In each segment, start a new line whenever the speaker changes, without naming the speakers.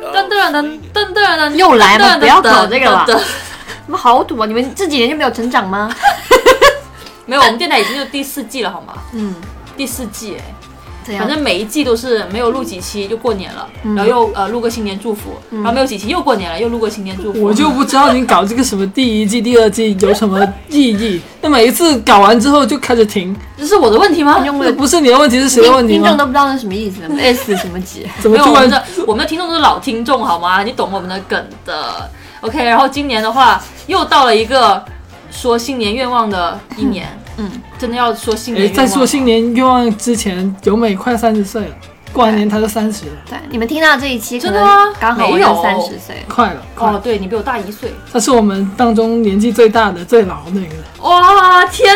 噔噔噔噔噔，
又来嘛不要搞这个了
噔噔噔
你们好土啊！你们这几年就没有成长吗？
没有，我们电台已经是第四季了，好吗？
嗯，
第四季哎，
这样
反。正每一季都是没有录几期就过年了，然后又呃录个新年祝福，然后没有几期又过年了，又录个新年祝福。
我就不知道你搞这个什么第一季、第二季有什么意义。那每一次搞完之后就开始停，
这是我的问题吗？
用
那
的
不是你的问题是谁的问
听
题
听众
吗？
都不知道那是什么意思，S 什么几？
怎么
没有，
突
我们
然
的我们的听众都是老听众，好吗？你懂我们的梗的。OK，然后今年的话，又到了一个说新年愿望的一年，
嗯，
真的要说新年
哎，
愿望。
在说新年愿望之前，由美快三十岁了，过完年她就三十了，
对，你们听到这一期可
真的
能
吗
刚好
没
我
有
就三十岁，
快了，快
哦，
了！
对你比我大一岁，
她是我们当中年纪最大的、最老的那个。
哇，天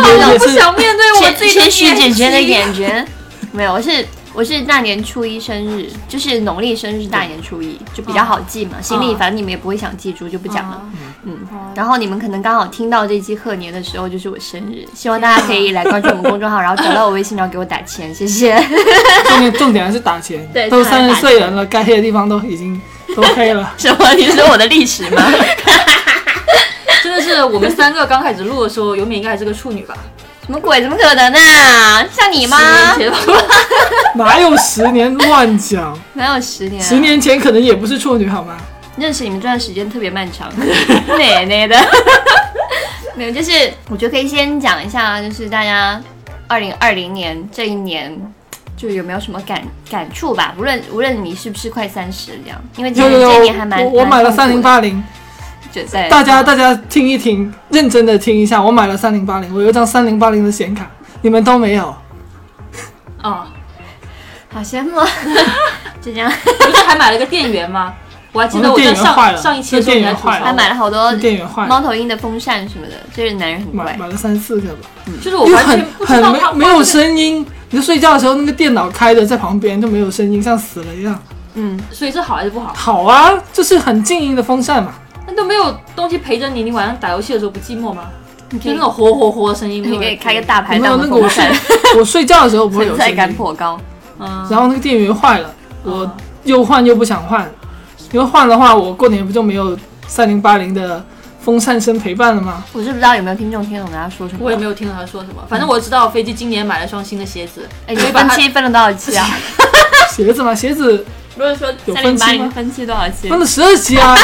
哪，
有
我
也
不
是
想面对我自己的
谦虚姐姐的
年纪。
感觉。 没有，我是我是那年初一生日，就是农历生日那年初一，就比较好记
嗯
嘛。心里反正你们也不会想记住，就不讲了。
啊
嗯，然后你们可能刚好听到这期贺年的时候就是我生日，希望大家可
啊
以来关注我们公众号，然后找到我微信，然后给我打钱，谢谢。
重点重点还是打钱
对，
都
重点
三
打钱。
十岁人了，该黑的地方都已经都黑了
什么？你说我的历史吗？
真的是我们三个刚开始录的时候，尤敏应该还是个处女吧？
什么鬼？怎么可能啊？像你吗？
十年前吧
哪有十年乱讲？
哪有十年、啊？
十年前可能也不是处女，好吗？
认识你们这段时间特别漫 长，奶奶的。 没有，就是我觉得可以先讲一下，啊就是大家二零二零年这一年，就有没有什么感感触吧？无论无论你是不是快三十这样，因为今
有
年
有
这一
有
年还，蛮
我我买了
蛮
三
痛苦的
零八零，
就对，
大家大家听一听，认真的听一下，我买了三零八零，我有一张三零八零的显卡，你们都没有，
啊，
好羡慕， 就这样，
不是还买了个电源吗？我还记得
我
我
的
在
电源坏
上
了
上一期的时候你在吐
我的电源坏
槽
还买了好多
电源坏了，
猫头鹰的风扇什么的，就是男人很
买
怪。
买了三四个吧，
我，就是我
就
完
很
全不知
很
道它
没没有声音，你就睡觉的时候那个电脑开着在旁边就没有声音，像死了一样。
嗯，
所以这好还是不好？
好啊，就是很静音的风扇嘛，
那都没有东西陪着你，你晚上打游戏的时候不寂寞吗？
你可
就
以
那种活活活的声音，
你可以开个大排
有没有
档
那
的
个我
风
睡
扇，
我睡觉的时 候不会有
存
声
在
音，
感颇高。
嗯，
然后那个电源坏了，我
嗯
又换又不想换，因为换的话我过年不就没有三零八零的风扇声陪伴了吗？
我是不知道有没有听众听懂大家说什么。
我也没有听到他说什么，反正我知道飞机今年买了双新的鞋子，
哎，
可
你
以把
分
它
期分了多少期啊？
鞋子嘛，鞋子
如果说
有分期吗
分期多少期
分了十二期 啊，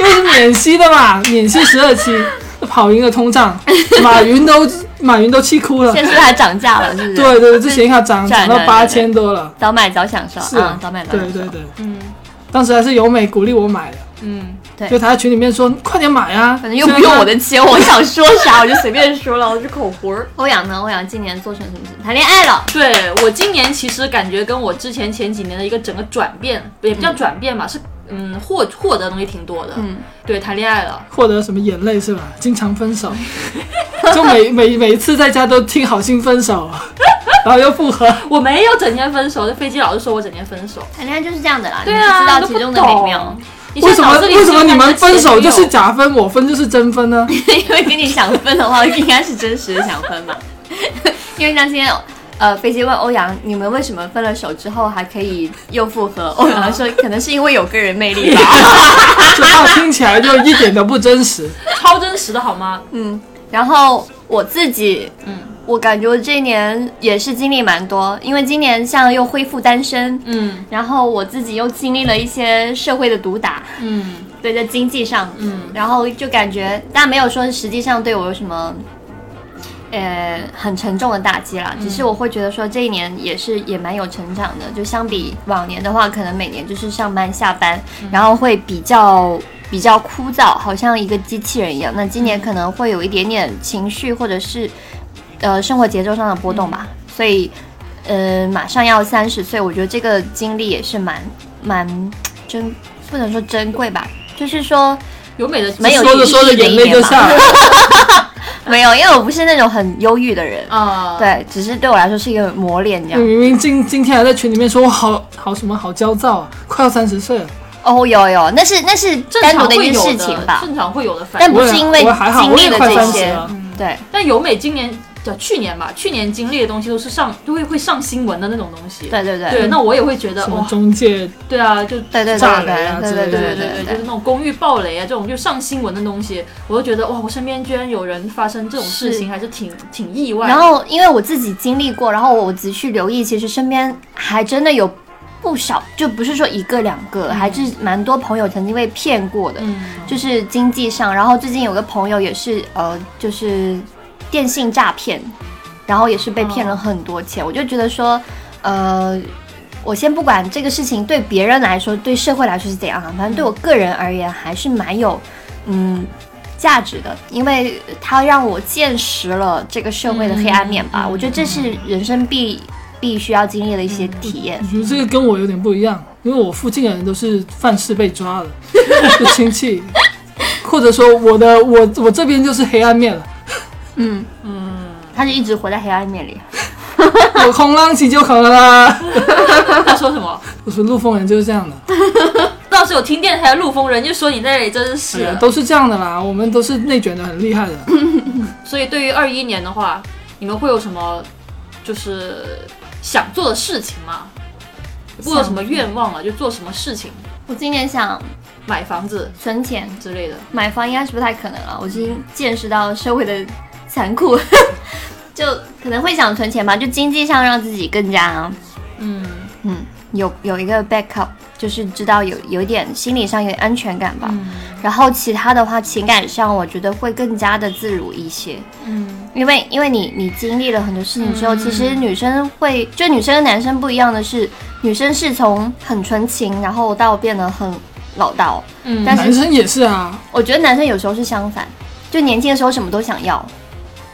因为是免息的嘛，免息十二期，跑赢了通胀，马云都马云都气哭了。
现在是不是还涨价了，是不是？，
对对，这显卡涨
赚
涨到
了
八千多了，
早买早享受
是
啊，早买早享
对
受。
对对，
嗯
当时还是由美鼓励我买的，
嗯，
对
就他在群里面说快点买啊，
反正又不用我的钱，我想说啥我就随便说了，我是口活儿。欧阳呢？欧阳今年做成什么事？谈恋爱了，
对我今年其实感觉跟我之前前几年的一个整个转变，也不叫转变吧，是嗯获获得的东西挺多的，
嗯，
对，谈恋爱了，
获得什么眼泪是吧？经常 分手，就每每每次在家都听好心 分手，然后又复合，
我没有整天分手，这飞机老是说我整天分手，
谈恋爱就是这样的啦，
对啊
你不知道其中的美妙，
你
为什么
现在脑子里
为什
只有
么你
看
们
的
分手
前女
就
友
是假分，我分就是真分呢？
因为跟你想分的话， 应该是真实的想分吧。 因为那天，呃，飞机问欧阳，你们为什么分了手之后还可以又复合？欧阳说，可能是因为有个人魅 力吧。
这话听起来就一点都不真实。
哎超真实的好吗？
嗯，然后我自己，
嗯
嗯，我感觉我这一年也是经历蛮多，因为今年像又恢复单身，
嗯
然后我自己又经历了一些社会的毒打，
嗯
对，在经济上，
嗯
然后就感觉，但没有说实际上对我有什么，呃，很沉重的打击啦。只是我会觉得说这一年也是也蛮有成长的，就相比往年的话，可能每年就是上班下班，然后会比较比较枯燥，好像一个机器人一样。那今年可能会有一点点情绪或者是呃生活节奏上的波动吧，所以。呃，马上要三十岁，我觉得这个经历也是蛮蛮珍，不能说珍贵吧，就是说，
有美的
没有
说着说着眼泪就下 来了，
没有，因为我不是那种很忧郁的人，
啊，
对，只是对我来说是一个磨练这
你
样。
明明今今天还在群里面说我好好什么好焦躁啊，快要三 十岁了，
哦，有有，那是那是
正
单独
常
的
会
一
有
件事
的
情吧，
正常会有的反应
但。不是因为
我也还好
经历了
我也快
这
30
些
了，
对，
但由美今年对去年吧，去年经历的东西都是上都会会上新闻的那种东西。
对对对
对，那我也会觉得
什么
哇，
中介
对啊，就
对对对
炸雷啊
对对
之类
对
对
对
的
对，
对
就是那种公寓暴雷啊，这种就上新闻的东西，我就觉得哇，我身边居然有人发生这种事情，
是
还是挺挺意外的。
然后因为我自己经历过，然后我仔细留意，其实身边还真的有不少，就不是说一个两个，还是蛮多朋友曾经被骗过的，
嗯，
就是经济上。然后最近有个朋友也是呃，就是电信诈骗，然后也是被骗了很多钱。我就觉得说，呃。我先不管这个事情对别人来说、对社会来说是怎样啊，反正对我个人而言还是蛮有，嗯，价值的，因为它让我见识了这个社会的黑暗面吧。
嗯
我觉得这是人生必必须要经历的一些体验
我。觉得这个跟我有点不一样，因为我附近的人都是犯事被 抓的，就亲戚，或者说我的我我这边就是黑暗面 了，
嗯嗯，他就一直活在黑暗面里。
我空浪起就好了啦。
他说什么？
我说陆丰人就是这样的，
倒是有听电台的陆丰人就说你那里真
啊
哎呀
是，
都是这样的啦，我们都是内卷的很厉害的。
所以对于二一年的话，你们会有什么就是想做的事情吗？不有什么愿望啊了，就做什么事情，
我今年想
买房子
存钱
之类的。
买房，应该是不太可能了。我已经见识到社会的残酷， 就可能会想存钱吧，就经济上让自己更加
嗯
嗯有有一个 backup，就是知道有有一点心理上有点安全感吧。
嗯
然后其他的话，情感上我觉得会更加的自如一些，
嗯
因为因为你你经历了很多事情之后，
嗯
其实女生会就女生跟男生不一样的是，女生是从很纯情，然后到变得很老道。
嗯
但是
男生也是啊，
我觉得男生有时候是相反，就年轻的时候什么都想要，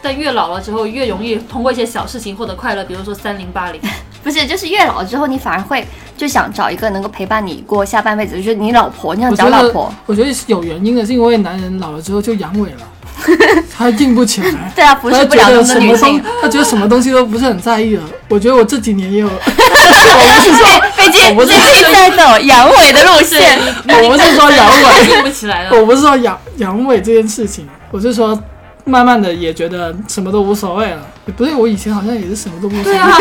但越老了之后，越容易通过一些小事情获得快乐，比如说三零 八零。
不是就是越老之后你反而会就想找一个能够陪伴你过下半辈子，就是你老婆，你想
我
找
觉
老
得
婆。
我觉得是有原因的，是因为男人老了之后就阳痿 了，他硬不起来。
对啊，服
他
侍不了
觉
那
得
么多
什
女
么
性
东，，他觉得什么东西都不是很在意了。我觉得我这几年也 有，我
哎北京
我不
最
是
近 在走阳痿的路线。
不是说阳 痿，
硬不起来了。
我不是说阳阳痿这件事情，我是说慢慢的也觉得什么都无所谓了。也不对，我以前好像也是什么都无所
对
谓。
啊，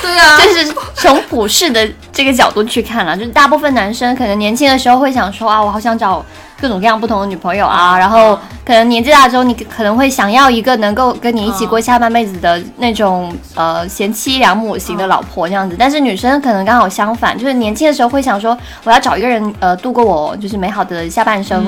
对啊，
就是从普世的这个角度去看了，就是大部分男生可能年轻的时候会想说啊，我好想找各种各样不同的女朋友
嗯
啊，然后可能年纪大之后，你可能会想要一个能够跟你一起过下半辈子的那种呃贤妻良母型的老婆这样子，但是女生可能刚好相反，就是年轻的时候会想说我要找一个人呃度过我就是美好的下半生，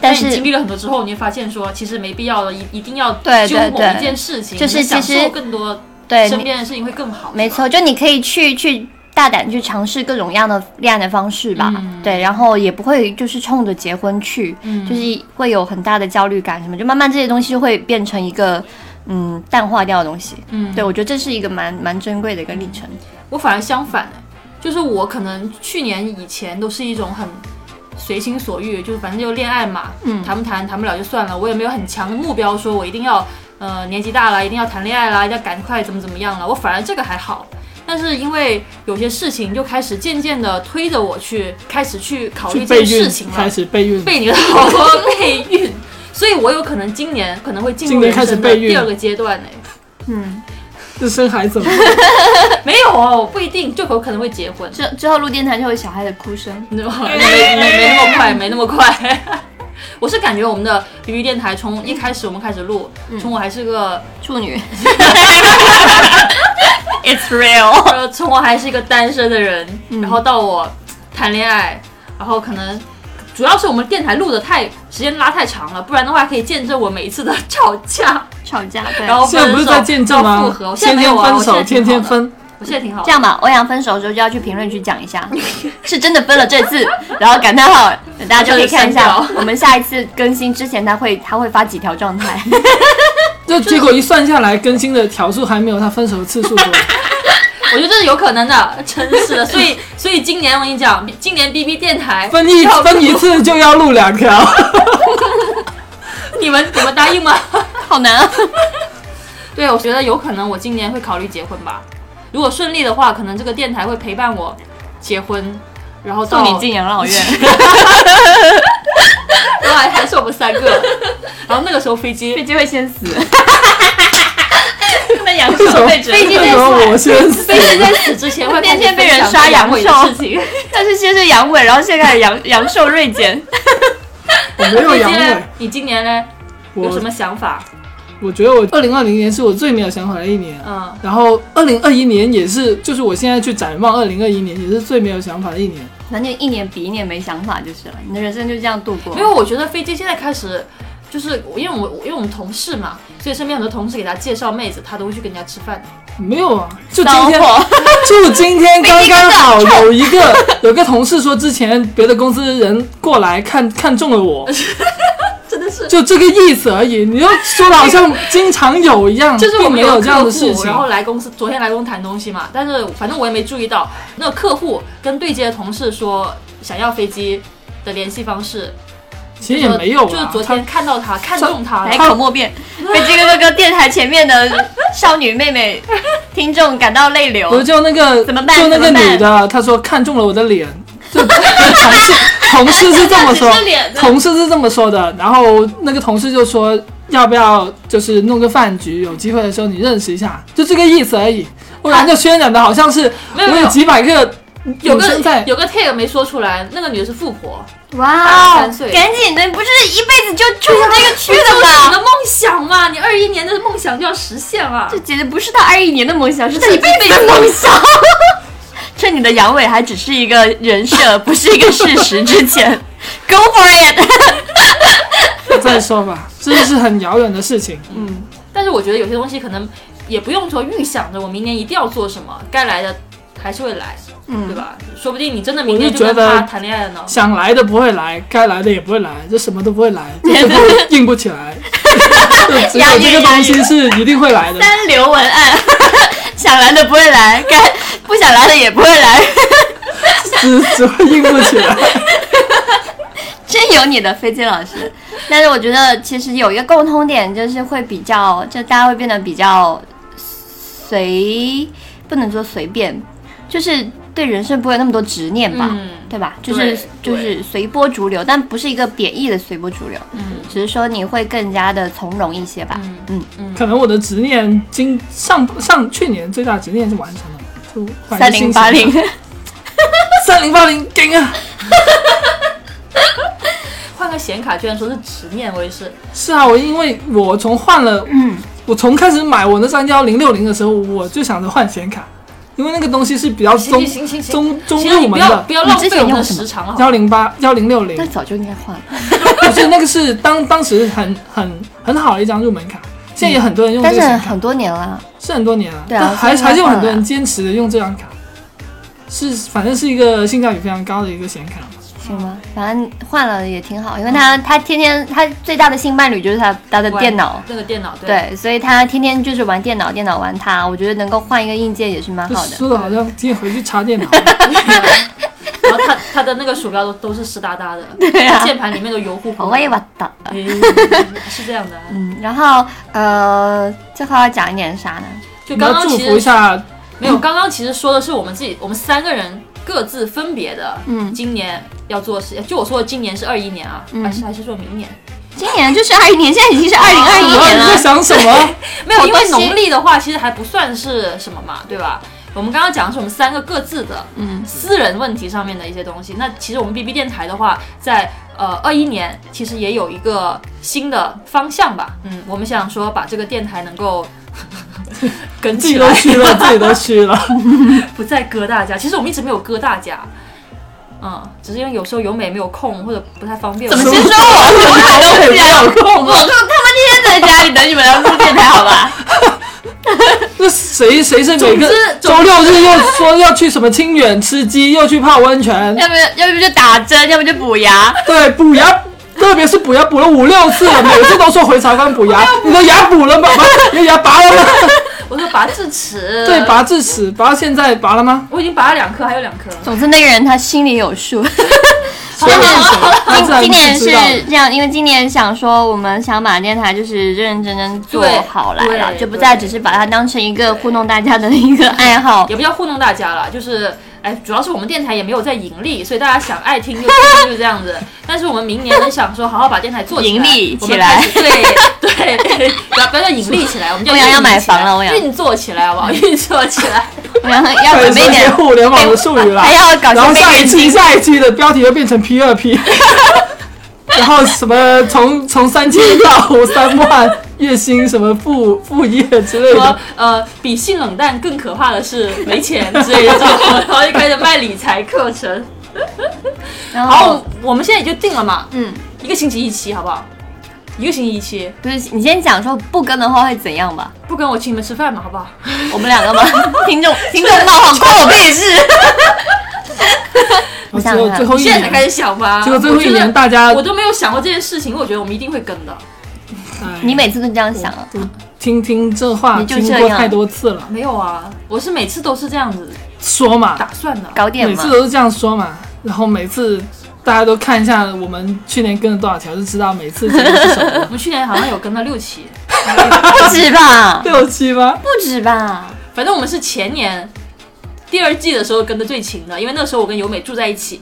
但
嗯你经
是。
历了很多之后，你会发现说，其实没必要的，一一定要
对
揪
对
某
对
一件事情，
就是
你享
其实
受更多
对
身
你
边的事情会更好。
没错，就你可以去去大胆去尝试各种各样的恋爱的方式吧，对，然后也不会就是冲着结婚去，就是会有很大的焦虑感什么，就慢慢这些东西就会变成一个嗯淡化掉的东西，嗯，对我觉得这是一个蛮蛮珍贵的一个历程，
我反而相反，就是我可能去年以前都是一种很随心所欲，就是反正就恋爱嘛，嗯，谈不谈谈不了就算了，我也没有很强的目标，说我一定要呃年纪大了一定要谈恋爱啦，一定要赶快怎么怎么样了，我反而这个还好。但是因为有些事情就开始渐渐的推着我去开始去考虑
去
这
备
件事
孕
情，了，
开始备孕，
被你的 好多备孕，所以我有可能今年可能会进
今
入人
年开始
生的
备孕
第二个阶段呢、
嗯，
就生孩子嘛。
没有哦，不一定，就有可能会结婚。
之之后录电台就有小孩的哭声，
没没没那么快，没那么快。 我是感觉我们的鱼鱼电台从一开始我们开始录，
嗯
从我还是个
处女 ，It's real，
呃，从我还是一个单身的人，
嗯
然后到我谈恋爱，然后可能主要是我们电台录的太时间拉太长了，不然的话可以见证我每一次的吵架，
吵架，对，
然后
哎现在不是在见证
到复
吗
合？我现在
天
没有
天
啊
分
我现在
手，
挺
天
好的
天分，
我现在挺好的
这。样吧，欧阳分手的时候就要去评论区讲一下， 是真的分了这次， 然后感叹号，大家就可以看一下
删，
我们下一次更新之前他会他会发几条状态，
就结果一算下来，更新的条数还没有他分手的次 数多。
我觉得这是有可能的， 真是的。所以，所以今年我跟你讲，今年 B B 电台
分一
要
分一次就要录两条，
你们你们答应吗？
好难啊！
对，我觉得有可能我今年会考虑结婚吧。如果顺利的话，可能这个电台会陪伴我结婚，然后到
送你进养老院，
然后还 还是我们三个，然后那个时候飞机
飞机会先死。
阳
为什
寿
么
被 折
被
磨，
今
为
天
什么我先死？
飞机在死之前会
那天被人
刷
刷
阳
阳
痿
寿
的事情，
但是先是阳痿，然后现在开始阳阳寿锐减。
我没有阳
飞机
痿
呢，你今年呢有什
我
么想法？
我觉得我二零二零年是我最没有想法的一年。啊
嗯，
然后二零二一年也是，就是我现在去展望二零二一年，也是最没有想法的一年。
反正一年比一年没想法就是了，你的人生就这样度过
因为。我觉得飞机现在开始。就是因为我因为我们同事嘛，所以身边很多同事给他介绍妹子，他都会去跟人家吃饭。
没有啊，就今
骚
天，
货，
就今天刚刚好有一个有个同事说，之前别的公司的人过来看看中了我，
真的是，
就这个意思而已。你又说的好像经常有一 样，
就是我
并
们
没有
客
这样的
户，
事情
然。后来公司，昨天来公司谈东西嘛，但是反正我也没注意到，那个客户跟对接的同事说想要飞机的联系方式，
其实也没有啊，
就是昨天看到他看中他
来
了，
口莫辩， 被这个哥哥电台前面的少女妹妹听众感到泪
我
流。
就那个，
怎么办
就那个
怎么办
女的，她说看中了我的脸，就 就同事同事是这 么说
只是脸，的
同事是这么说的。然后那个同事就说，要不要就是弄个饭局，有机会的时候你认识一下，就这个意思而已。不然就渲染的好像是
没有
我
没有
几百个
有
女
个
生在，
有个 tag 没说出来，那个女的是富婆，
哇哦
三岁
赶紧的，你不是一辈子就冲着那个去
这
的
是你
吗？
的梦想嘛？你二一年的梦想就要实现了
这。简直不是他二一年的梦想，是他一辈
一辈
子
子
的梦想。 趁你的阳痿还只是一个人设，不是一个事实之前，Go for it！
再说吧，这是很遥远的 事情。
嗯
但是我觉得有些东西可能也不用说预想着我明年一定要做什么，该来的还是会来，对吧？说不定你真的明天
嗯我就
就跟
觉得
他谈恋爱了呢。
想来的不会来，该来的也不会来，就什么都不 会来，就最后硬不起来。就只有
押韵
这个
押
东
韵
西是一定会来的。
三流文案， 想来的不会来，该不想来的也不会来，
只只会硬不起来。
真有你的飞机老师。 但是我觉得其实有一个共通点，就是会比较，就大家会变得比较随，不能说随便，就是对人生不会有那么多执念吧，
嗯
对吧？就是
对
就是随波逐流，但不是一个贬义的随波逐流，
嗯
只是说你会更加的从容一些吧。
嗯
嗯，
可能我的执念今上上去年最大执念是完成了，就怀
三
着心
零
情
八零，
三零八零给啊！
换个显卡居然说是执念，我也是。
是啊，我因为我从换了，
嗯
我从开始买我那三幺零六零的时候，我就想着换显卡，因为那个东西是比较中
行行行行
中中
行了，
入
你不
门
要
的
不。要浪
你之
费
前
我们的
用什么
时长啊好不好
幺零八幺零六 零
那，早就应该换了。
不是那个是当当时很很很好的一张入门卡，现在也很多人用
但
这
是
个显卡。
很多年了，
是很多年了，
对啊
但还
所以
还是有
换了
很多人坚持的用这张卡，是反正是一个性价比非常高的一个显卡。
行吧，反正换了也挺好，因为他
嗯
他天天他最大的性伴侣就是他他的
玩
电脑，
那个电脑对。
对，所以他天天就是玩电脑，电脑玩他，我觉得能够换一个硬件也是蛮
这
好的。
说的好像今天回去插电脑，
然后他他的那个鼠标都都是湿哒哒的，
对啊
他键盘里面都油乎乎的。
我也玩到了，
嗯是这样的啊。
嗯，然后呃，最后要讲一点啥呢？
就
你
刚
要
刚
祝
其
福
实
一下
没有，刚刚其实说的是我们自己，我们三个人各自分别的，嗯，今年要做的事情。就我说的，今年是二一年啊，
嗯
还是还是说明年？
今年就是二一年，现在已经是二零二
主
一
要
哎年
你 在
了，
想什么？
没有，因
好
为
多
农历的话，其实还不算是什么嘛，对吧？我们刚刚讲的是我们三个各自的，嗯，私人问题上面的一些东西。那其实我们 B B 电台的话，在呃二一年其实也有一个新的方向吧，嗯，我们想说把这个电台能够 跟
自
起
己
来
都，虚了，自己都虚了。
不再割大家。其实我们一直没有割大家，嗯，只是因为有时候有美没有空或者不太方便。
怎么
我
先
们
说我？我哪
也
有
没
这样？
有
我
空
我他妈天天在家里等你们来录电台，好吧？
那谁谁是每个
总
周六日又说要去什么清远吃鸡，又去泡温 泉，
要不要不就打针，要不就补牙。
对补牙。特别是补牙补了五六次了，每次都说回茶馆补牙，你的牙补了吗？ 你的牙拔了吗？
我说拔智齿，
对，，拔智齿，拔到现在拔了吗？
我已经拔了两颗，还有两颗。
总之，那个人他心里有 数。
所以 他自
今
然
哦今年
知道的
是这样，因为今年想说，我们想把电台就是认认真真做
对
好来了，
对
就不再
对
只是把它当成一个糊弄大家的一个爱好。
也不叫糊弄大家了，就是哎，主要是我们电台也没有在盈利，所以大家想爱听就听，就这样子。但是我们明年很想说，好好把电台做起来，
盈利
我们
起来
开始对对，不要不要叫盈利起来，我 们叫
欧阳要
运
买
起来
房了欧阳
运作起来好不好？运作起来，
我 要要准
对，
备一哎
这些
点，
互联网的术语啦
还。要搞
然后
笑
下一
面
期
具。
下一期的标题就变成 P 二 P，然后什么从从三千到三万月薪什么副副业之类
说
的，
呃，比性冷淡更可怕的是没钱之类的这种，然后就开始卖理财课 程。
然
哦
好
后，，
我们现在也就定了嘛，
嗯，
一个星期一期，好不好？一个星期一期，
不是你先讲说不跟的话会怎样吧？
不跟我请你们吃饭嘛，好不好？
我们两个吗？ 听众听众冒号关我屁事。
然后最后
想
最后一
现在才开
年，
始想吧。
啊
结果最后一
我觉
年
得
大家
我都没有想过这件事情，我觉得我们一定会跟的。
哎
你每次都这样想啊？
我听听这话
你就
听
这
过
样
太多次了，
没有啊，我是每次都是这样子
说嘛，
打算 的。
搞点
每
嘛
次？都是这样说嘛，然后每次大家都看一下我们去年跟了多少条，就知道每次节目是什么
我
了
们去年好像有跟了六期，
不止吧？
六七吗？
不止吧？
反正我们是前年第二季的时候跟的最勤的，因为那时候我跟由美住在一起，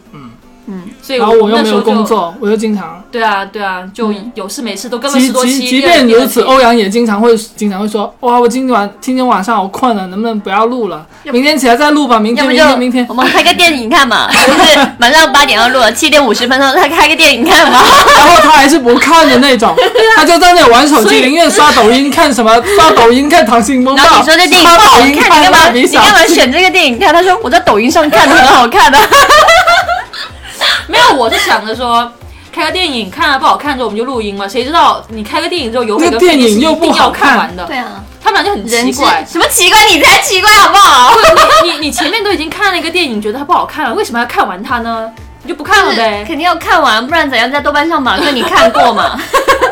嗯，
所以
然后我又
那
没
时候
有
就
工。作，我又经常。
对啊，对啊，就有事没事都跟了
嗯即
十多期。
即即
第二
便
第二
如此，哦
期
欧阳也经常会经常会说：“哇，我今晚今天晚上好困了，能不能不要录了？明天起来再录吧，明
要
天
不
明
就哦
天明天。
我们开个电影看嘛，就是马上八点要录了，七点五十分钟再开个电影看嘛。”
然后他还是不看的那 种，
啊
他就在那玩手
所以
机，宁愿刷抖音看什么，刷抖音看《溏心风暴
然后》，你说这电影不
刷
好
抖
看，
音
你干嘛？
蜡
你
笔小
干嘛
新
选这个电影看？他说我在抖音上看的，很好看的。啊
没有，我是想着说。开个电影看了不好看之后我们就录音嘛，谁知道你开个电影之后有每
那
个
电影
finish
又
一定
不
要
好
看
看
完的，
对啊，
他们俩就很
人
奇
之
怪，
什么奇怪？你才奇怪好不好？
你你前面都已经看了一个电影，觉得它不好看了，为什么要看完它呢？你就不看了呗。
肯定要看完，不然怎样在豆瓣上马克你看过嘛？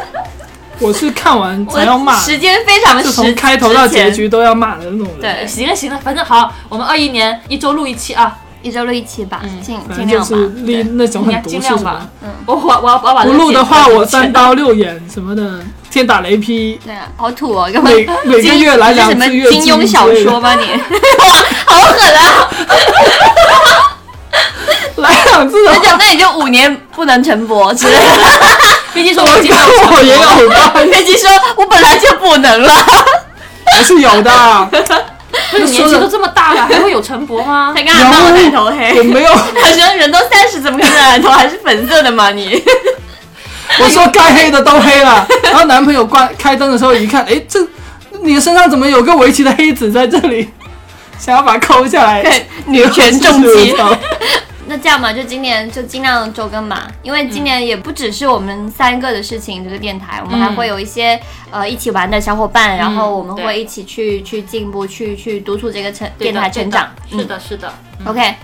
我是看完
我
才要骂，
时间非常
就
时，
从开头到
之前
结。局都要骂的那种人。
对，
行了行了，反正好，我们二一年一周录一期啊。
一周录一期吧，
嗯
尽
反
尽
正就
量吧。
是立那种
你
很
还
毒
尽
是
量
什么
吧？我我我要我要把这
不
个
录的
剪
话，
掉
我三刀六眼什么的，天打雷劈。
对啊，好土哦，根本
每每个月来两
什么
次月
金庸小说吧你？ 哇，好狠啊！
之类的， 来两次的
那
话，
就那你就五年不能晨勃之类 的。
飞机说
我
我今晚有
跟我也有 吧，
飞机说，我本来就不能了。
还是有 的。
不是你年纪都这么大了，还会有陈勃吗？
才刚刚帮我染头黑
我。没有， 我
他说人都三十，怎么可能染头还是粉色的嘛你？
说该黑的都黑了，然后男朋友关开灯的时候一看，哎，这你的身上怎么有个围棋的黑子在这里？ 想要把它抠下来，
对，女权重击。
对
那这样吧，就今年就尽量周更吧，因为今年也不只是我们三个的事情，这个电台，我们还会有一些、呃一起玩的小伙伴，然后我们会
对
一起去去进步，去去督促这个成
对
电
的
台成长。
对的是的，是的。
嗯，OK，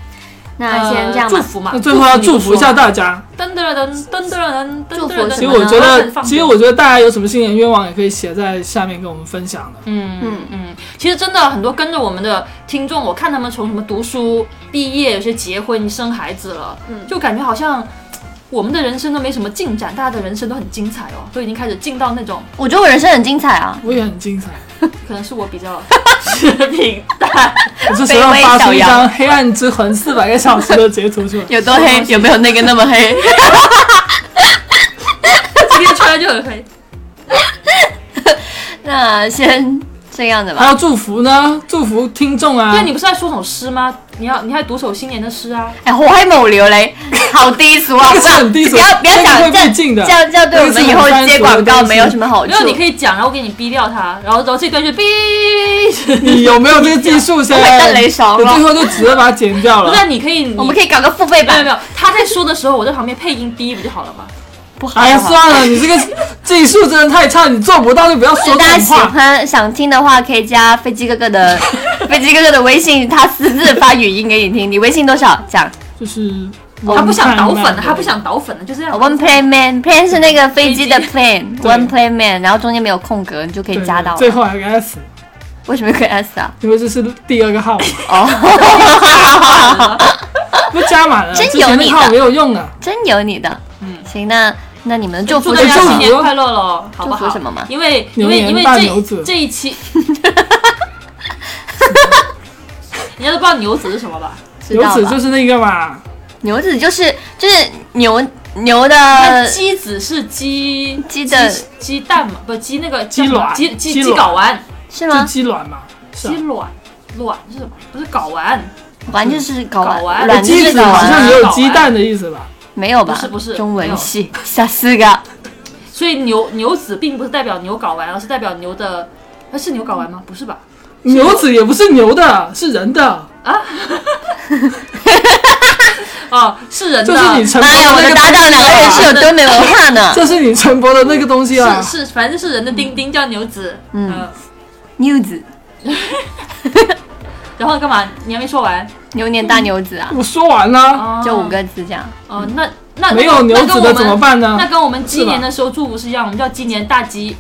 那
呃
先这样吧。
祝福嘛。
那最后要祝福一下
大。
大家，
噔噔噔噔噔噔噔
祝福
噔噔。
什
其实
么
我觉
然后
得
很，放
其实
纵
我觉得大家有什么新年愿望也可以写在下面跟我们分享 的。
嗯嗯嗯，其实真的很多跟着我们的听众，我看他们从什么读书、毕业，有些结婚、生孩子了，嗯，就感觉好像嘖我们的人生都没什么进展，大家的人生都很精彩哦，都已经开始进到那种
我觉得我人生很精彩啊，
我也很精彩，
可能是我比 较持平淡，
我这时候发出一张《黑暗之魂》四百个小时的截图出来。
有多黑？ 有没有那个那么黑？
今天穿的就很黑。
那先这样子
还
吧。
要祝福呢，祝福听众啊
对，！你不是在说首诗吗？你要你还读首新年的诗啊？
哎，我还某流嘞，好低俗啊！
这个是很低
不
俗
要不要
这个
讲
会被
这
禁的
这样这样对我们以后接广告没有什么好
没
处。
有，你可以讲，然后我给你逼掉它，然后然后这段就逼，
你有没有这个技术先？
我被雷烧啊
我
了
最后就直接把它剪掉
不啊
了。
然你可以，
我们
以
可以搞个付费
没有
版
没，有，他在说的时候，我在旁边配音逼不就好了吗？
不好。
哎呀，
不好
算了，你这个技术真的太差，你做不到就不要
如
说
果大
这
家喜
种话。
欢想听的话，可以加飞机哥哥 的飞机哥哥的微信，他私自发语音给你听。你微信多少？讲
就是
他不想倒粉的，他不想倒粉的，就这样。
One Play Man Plan 是那个飞机的 Plan
对
One Play Man，然后中间没有空格，你就可以加啊到
对。最后还有个 S，
为什么有个 S 啊？
因为这是第二个号，
哦，
不加满了，
真有
之前那
你的
号没有用的。
真有你的。
嗯
行，那那你们祝福
祝大
就是
家
祝
新
福
年快乐喽，好不
祝
好？
福什么嘛
因为因
牛
为
年
因为
大牛
这
子
这一 期，人家都不知道牛子是什么吧？
知
牛
道
子
吧？
就是那个嘛，
牛子就是就是牛牛
那
的
鸡子是鸡
呃鸡的
鸡鸡蛋嘛？不，鸡那个
鸡
叫什么
卵
鸡鸡
鸡
鸡
卵
睾丸，
是
就
吗？
鸡卵嘛，是
鸡
啊。
卵卵是什么？不是睾丸，
丸就是睾
睾丸
卵就
鸡
是
子
睾
好
丸
像
啊，
也有
睾
鸡
丸
蛋的意思吧？
没有吧？
不是不是
中
没有
文系，下四个
所以牛牛子并不是代表牛睾丸，而是代表牛的，呃，是牛睾丸吗？不是吧？
牛子也不是牛的，是人的，
哦，是人的，
就是你陈伯
妈呀！
的
我的
那个
搭
东
档
西
两个人
啊
是有多没文化 呢
这是你陈伯的那个东西啊，
是是，反正是人的丁丁叫牛子，
嗯
呃
牛子，
然后干嘛？你还没说完，
牛年大牛子啊，
我说完了，
哦
就五个字这样。
哦，那那
没有牛子的怎么？办啊
那跟我们那
呢？
跟我们鸡
是吧
年的时候祝福是一样，我们叫鸡年大吉，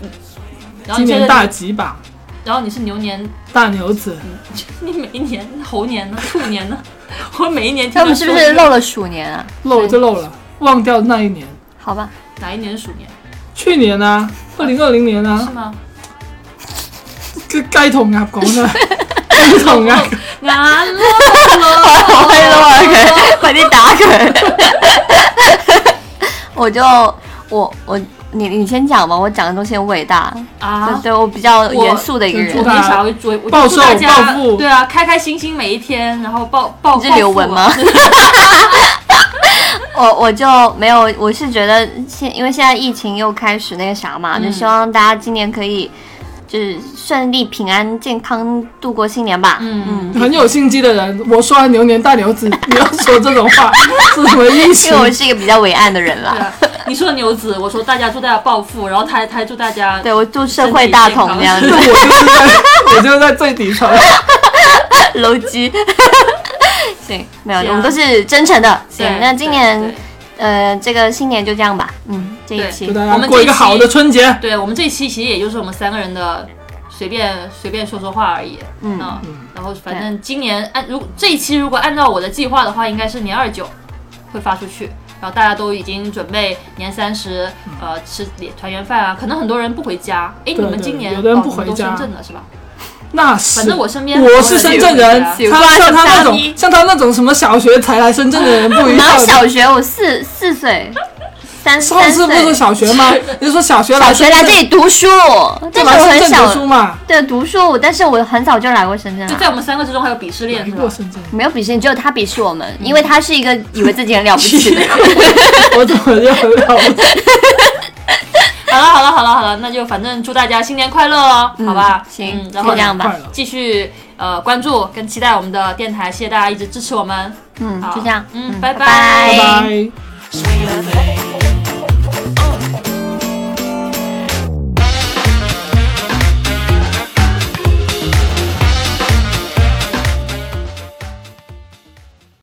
然后
今
你
年
是
大吉吧，
然后你是牛年，
大牛子，
嗯你每一年猴年呢，兔年呢， 我每一年听
那我们
他
是不
说
是漏了鼠年啊？
漏了就漏了，忘掉那一年，
好吧，
哪一年是鼠年
去年啊，二零二零年
是
啊，
吗？
这雞同鴨講啦， 雞同鴨講
啊，
好黑的话，可快点打嗝。 我就我我你你先讲吧，我讲的东西很伟大，
啊
对，对我比较
我
严肃的一个
我没
祝
人。
大家
啥，我就我就
暴
祝
瘦
大家
暴富
对啊，开开心心每一天，然后暴暴
你是
暴
刘
富
雯吗 我我就没有，我是觉得现因为现在疫情又开始那个啥嘛，就
嗯
希望大家今年可以就是顺利、平安、健康度过新年吧。
嗯
很有心机的人，我说完牛年大牛子，你要说这种 话是什么意思
因为？我是一个比较伟岸的人
对
啦。
啊，你说牛子，我说大家祝大家暴富，然后他他还祝大家
对，我祝社会大同那样
我
子
就是在，我就是在最底层。
，low 鸡。行，没 有，
行啊
我们都是真诚的。行
对，
那今
对
年
对
呃，这个新年就这样吧。嗯，这一
对
祝
期
大
我
家
们
啊过一个
这一期
好的春节。
对我们这一期其实也就是我们三个人的随便随便说说话而已，
嗯
啊，然后反正今年按如这一期如果按照我的计划的话，应该是年二九会发出去。然后大家都已经准备年三十，呃，吃团圆饭啊。可能很多人不回家。哎，你
对
们
对
今年
有的人
哦
不
你们
回
都
家
深圳了是吧？
那是，
反正我身边
我是深圳人
很，
多
他
人
像
喜欢上
他那
大
种
一
像他那种什么小学才来深圳的人不一
哪
样
有
的。
小学？我四四岁，三
上
三
次
岁
不是说，小学吗？ 你说小学
小
来深
学
圳
来这里读书，
就
但
来
是我
深
很
圳读书
小
嘛？
对读书，但是我很早就来过深圳
就
了。
在我们三个之中还有鄙视链
来
是吧
过？深圳，
没有鄙视你，只有他鄙视我们，因为他是一个以为自己很了不 起的人。
我怎么就很了不起？
好了好了好了好了，那就反正祝大家新年快乐哦，好吧？
行，
嗯
就
然后
这样吧
快。了
继续呃关注跟期待我们的电台，谢谢大家一直支持我们。
嗯，
好
就这样。
嗯，拜
拜
拜
拜
拜。
Sweet thing.